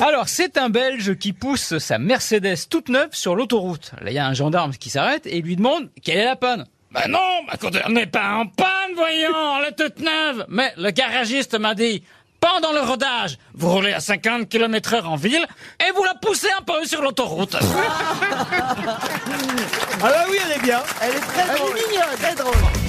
Alors, c'est un Belge qui pousse sa Mercedes toute neuve sur l'autoroute. Là, il y a un gendarme qui s'arrête et lui demande quelle est la panne. Bah non, ma conduite n'est pas en panne, voyons, elle est toute neuve. Mais le garagiste m'a dit, pendant le rodage, vous roulez à 50 km heure en ville et vous la poussez un peu sur l'autoroute. Ah bah oui, elle est bien. Elle est très drôle. mignonne. Très drôle.